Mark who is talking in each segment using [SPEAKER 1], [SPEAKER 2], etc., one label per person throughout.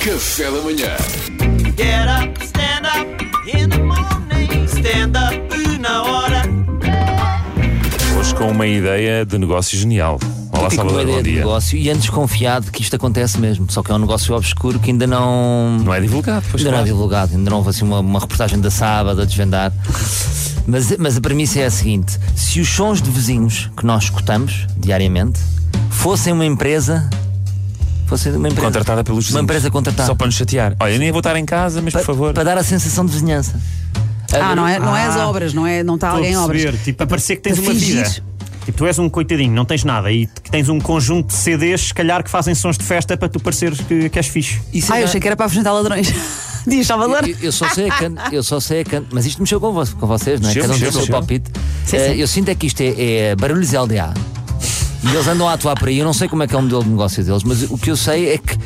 [SPEAKER 1] Café da manhã.
[SPEAKER 2] Get up, stand up in the morning. Stand up na hora.
[SPEAKER 3] Hoje com uma ideia de negócio genial. Olá,
[SPEAKER 4] Fico com uma
[SPEAKER 3] Salvador,
[SPEAKER 4] ideia
[SPEAKER 3] bom
[SPEAKER 4] de
[SPEAKER 3] dia.
[SPEAKER 4] negócio e antes confiado que isto acontece mesmo. Só que é um negócio obscuro que ainda não.
[SPEAKER 3] Não é divulgado, pois
[SPEAKER 4] ainda não é
[SPEAKER 3] claro.
[SPEAKER 4] divulgado, ainda não houve assim uma, uma reportagem da sábado a desvendar. Mas, mas a premissa é a seguinte: se os sons de vizinhos que nós escutamos diariamente fossem uma empresa. Fossem uma empresa.
[SPEAKER 3] Contratada pelos
[SPEAKER 4] Uma
[SPEAKER 3] vizinhos.
[SPEAKER 4] empresa contratada.
[SPEAKER 3] Só para nos chatear. Olha, eu nem vou estar em casa, mas
[SPEAKER 4] Pa-
[SPEAKER 3] por favor.
[SPEAKER 4] Para dar a sensação de vizinhança.
[SPEAKER 5] Ah, não é, não é as obras, não é? Não está
[SPEAKER 6] Estou
[SPEAKER 5] alguém em
[SPEAKER 6] a
[SPEAKER 5] obras.
[SPEAKER 6] perceber, tipo, a parecer que tens
[SPEAKER 5] Para
[SPEAKER 6] uma vida.
[SPEAKER 5] fingir.
[SPEAKER 6] Tipo, tu és um coitadinho, não tens nada e que tens um conjunto de CDs, se calhar, que fazem sons de festa para tu pareceres que, que és fixe.
[SPEAKER 4] Isso é
[SPEAKER 5] Ah, eu
[SPEAKER 4] era-
[SPEAKER 5] achei que era para apresentar ladrões. Diz Salvador.
[SPEAKER 4] Eu, eu só sei a canto, eu só sei a canto, mas isto mexeu com, vo- com vocês, não é?
[SPEAKER 3] Mexeu,
[SPEAKER 4] Cada um tem o
[SPEAKER 3] mexeu,
[SPEAKER 4] seu
[SPEAKER 3] mexeu.
[SPEAKER 4] palpite.
[SPEAKER 5] Sim,
[SPEAKER 4] Eh,
[SPEAKER 5] sim.
[SPEAKER 4] eu sinto é que isto é, é barulhos LDA. E eles andam a atuar por aí. Eu não sei como é que é o modelo de negócio deles, mas o que eu sei é que.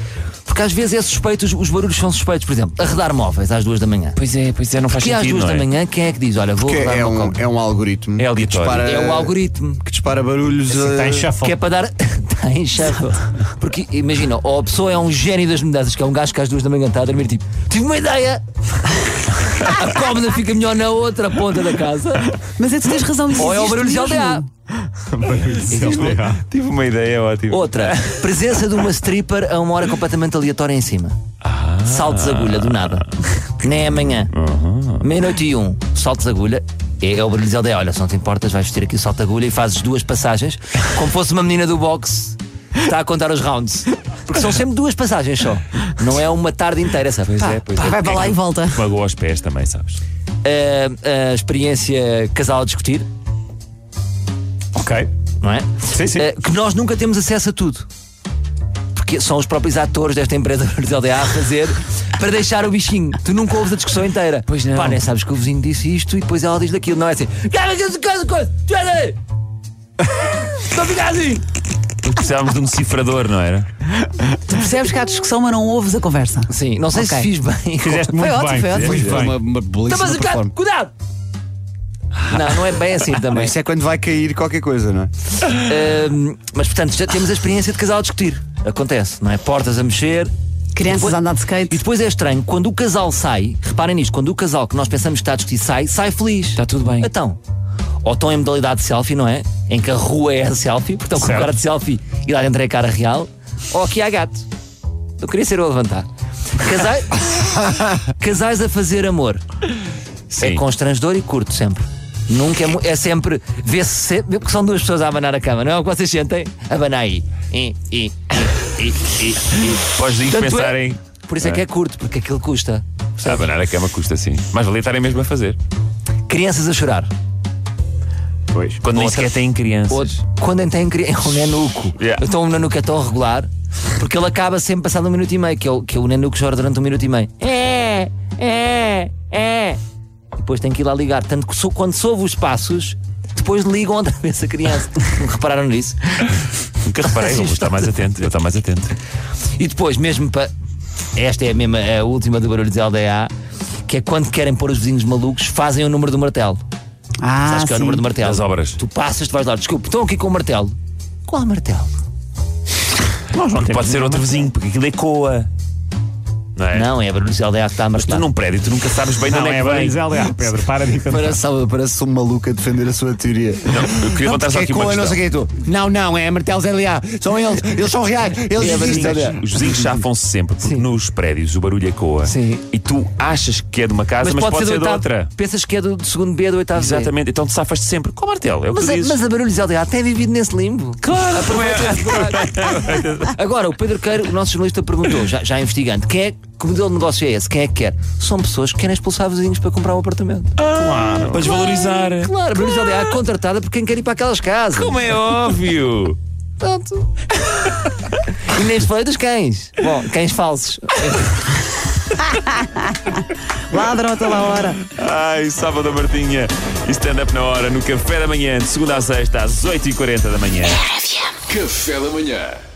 [SPEAKER 4] Porque às vezes é suspeito, os, os barulhos são suspeitos. Por exemplo, arredar móveis às duas da manhã.
[SPEAKER 3] Pois é, pois é, não faz
[SPEAKER 4] Porque às
[SPEAKER 3] sentido,
[SPEAKER 4] duas
[SPEAKER 3] não
[SPEAKER 4] da
[SPEAKER 3] é?
[SPEAKER 4] manhã, quem é que diz? Olha, vou
[SPEAKER 7] Que
[SPEAKER 4] arredar
[SPEAKER 7] é
[SPEAKER 4] o meu
[SPEAKER 7] um,
[SPEAKER 4] copo?
[SPEAKER 7] é um algoritmo
[SPEAKER 3] É
[SPEAKER 7] que
[SPEAKER 3] aleatório.
[SPEAKER 7] dispara,
[SPEAKER 4] É o algoritmo.
[SPEAKER 7] que dispara barulhos. eh,
[SPEAKER 6] Está em shuffle.
[SPEAKER 4] Que é para dar. Está em chapa. Porque imagina, ou a pessoa é um gênio das mudanças, que é um gajo que às duas da manhã está a dormir, tipo, tive uma ideia! A cómoda fica melhor na outra ponta da casa.
[SPEAKER 5] Mas é tu tens razão. isso
[SPEAKER 4] Ou é o
[SPEAKER 5] existe
[SPEAKER 4] barulho de
[SPEAKER 5] mesmo.
[SPEAKER 4] LDA.
[SPEAKER 3] Tive uma ideia ótima.
[SPEAKER 4] Outra, presença de uma stripper a uma hora completamente aleatória em cima.
[SPEAKER 3] Ah.
[SPEAKER 4] Saltos de agulha, do nada. Nem é amanhã. Meia-noite e um, saltos de agulha. É, é o barulho de LDA. Olha, se não te importas, vais vestir aqui o salto de agulha e fazes duas passagens, como fosse uma menina do boxe que está a contar os rounds. Porque são sempre duas passagens só. Não é uma tarde inteira, sabe?
[SPEAKER 3] Pois
[SPEAKER 4] Pá,
[SPEAKER 3] é, pois
[SPEAKER 5] Pá,
[SPEAKER 3] é.
[SPEAKER 5] Tá, vai para lá e volta.
[SPEAKER 3] Magoa aos pés também, sabes?
[SPEAKER 4] Ah, A, a experiência casal a discutir,
[SPEAKER 6] Ok.
[SPEAKER 4] não é?
[SPEAKER 6] Sim, sim.
[SPEAKER 4] Eh, que nós nunca temos acesso a tudo. Porque são os próprios atores desta empresa de LDA a fazer para deixar o bichinho. Tu nunca ouves a discussão inteira. Pois não. Pá, nem sabes que o vizinho disse isto e depois ela diz daquilo. Não é assim. Cara, que essa coisa, coisa, tu és aí. Estou a ficar assim.
[SPEAKER 3] Precisávamos de um cifrador, não era?
[SPEAKER 5] Tu percebes que há discussão, mas não ouves a conversa.
[SPEAKER 4] Sim, não sei se
[SPEAKER 5] Ok.
[SPEAKER 4] fiz bem.
[SPEAKER 6] Fizeste
[SPEAKER 5] Foi
[SPEAKER 6] muito
[SPEAKER 5] ótimo,
[SPEAKER 6] bem.
[SPEAKER 5] foi ótimo.
[SPEAKER 6] fizeste muito
[SPEAKER 7] Foi é. uma,
[SPEAKER 6] bem.
[SPEAKER 7] uma belíssima
[SPEAKER 4] Estamos a cara,
[SPEAKER 7] performance.
[SPEAKER 4] cuidado! Não, não é bem assim também.
[SPEAKER 7] Isso é quando vai cair qualquer coisa, não é?
[SPEAKER 4] Ahm, mas portanto, já temos a experiência de casal a discutir. Acontece, não é? Portas a mexer,
[SPEAKER 5] Crianças a andar de skate.
[SPEAKER 4] E depois é estranho, quando o casal sai, reparem nisto, quando o casal que nós pensamos que está a discutir sai, sai feliz. Está tudo bem. Então, ou estão em modalidade de selfie, não é? Em que a rua é a selfie, porque estão com
[SPEAKER 6] Certo.
[SPEAKER 4] cara de selfie e lá dentro é a cara real, ou aqui há gato. Eu queria ser eu a levantar. Casais, casais a fazer amor. É
[SPEAKER 3] Sim.
[SPEAKER 4] constrangedor e curto sempre. Nunca é, mu- é sempre. Vê-se sempre. Porque são duas pessoas a abanar a cama, não é o que vocês sentem? Abanar aí. E, e, e, e, e.
[SPEAKER 3] Podes ir
[SPEAKER 4] Tanto
[SPEAKER 3] pensar
[SPEAKER 4] é-
[SPEAKER 3] em.
[SPEAKER 4] Por isso é
[SPEAKER 3] É.
[SPEAKER 4] que é curto, porque aquilo custa.
[SPEAKER 3] Ah, abanar a cama custa assim. Mas valia estarem mesmo a fazer.
[SPEAKER 4] Crianças a chorar.
[SPEAKER 7] Pois.
[SPEAKER 3] Quando nem
[SPEAKER 4] Outra-
[SPEAKER 3] sequer têm crianças.
[SPEAKER 4] Outro, quando tem criança, é um nanuco.
[SPEAKER 3] Yeah.
[SPEAKER 4] Então o nanuco é tão regular, porque ele acaba sempre passado um minuto e meio, que é o, que é o nanuco chora durante um minuto e meio. É, é, é. Depois tem que ir lá ligar. Tanto que sou, quando soube os passos, depois ligam outra vez a criança. Nunca Repararam nisso?
[SPEAKER 3] Nunca reparei, eu vou estar mais atento. Eu estou mais atento.
[SPEAKER 4] E depois, mesmo para. Esta é a, mesma, é a última do barulho de LDA, que é quando querem pôr os vizinhos malucos, fazem o número do martelo.
[SPEAKER 5] Ah,
[SPEAKER 4] Sabes que é o
[SPEAKER 5] sim.
[SPEAKER 4] número do martelo.
[SPEAKER 3] Das obras.
[SPEAKER 4] Tu passas, tu vais lá, desculpa, estão aqui com o martelo. Qual martelo?
[SPEAKER 6] Nós não temos
[SPEAKER 3] Pode ser outro vizinho, porque aquilo ecoa. Não é?
[SPEAKER 4] Não, é a barulho de LDA que está a
[SPEAKER 3] Mas tu
[SPEAKER 4] martelar.
[SPEAKER 3] num prédio, tu nunca sabes bem de
[SPEAKER 6] Não,
[SPEAKER 3] onde é
[SPEAKER 6] é
[SPEAKER 3] que vem.
[SPEAKER 6] bem LA, Pedro, para de inventar.
[SPEAKER 7] Parece, sabe, parece um maluco a defender a sua teoria.
[SPEAKER 3] Não, eu queria contar só
[SPEAKER 7] Porque
[SPEAKER 3] aqui
[SPEAKER 7] é
[SPEAKER 3] uma
[SPEAKER 7] com a não
[SPEAKER 3] questão.
[SPEAKER 7] sei quem tu. Não, não, é martelos LA. São eles, eles são reais. Eles
[SPEAKER 4] É, mas
[SPEAKER 7] existem.
[SPEAKER 4] ninguém-
[SPEAKER 3] Os vizinhos chafam-se sempre, porque nos prédios o barulho ecoa.
[SPEAKER 4] Sim.
[SPEAKER 3] E tu achas que é de uma casa, mas, pode, ser,
[SPEAKER 4] do
[SPEAKER 3] de
[SPEAKER 4] oitavo-
[SPEAKER 3] outra.
[SPEAKER 4] Pensas que é do, do segundo B, do oitavo B.
[SPEAKER 3] Exatamente, então tu safas-te sempre. Com o martelo, é o que
[SPEAKER 4] Mas,
[SPEAKER 3] tu
[SPEAKER 4] é-
[SPEAKER 3] dizes.
[SPEAKER 4] mas a barulho de LDA tem vivido nesse limbo. Claro,
[SPEAKER 3] é.
[SPEAKER 4] Agora, o Pedro Queiro, o nosso jornalista, perguntou, já, já investigando, quem é, que modelo de negócio é esse? Quem é que quer? São pessoas que querem expulsar vizinhos para comprar um apartamento.
[SPEAKER 3] Ah,
[SPEAKER 4] É
[SPEAKER 3] Claro, para desvalorizar.
[SPEAKER 4] Claro, barulho de LDA contratada por quem quer ir para aquelas casas.
[SPEAKER 3] Como é óbvio.
[SPEAKER 4] Pronto. e nem falei dos cães. Bom, cães falsos.
[SPEAKER 5] Ladrão até lá hora.
[SPEAKER 3] Ai, Sábado Martinha. E stand-up na hora, no café da manhã, de segunda a sexta, às 8h40 da manhã.
[SPEAKER 1] Café da manhã.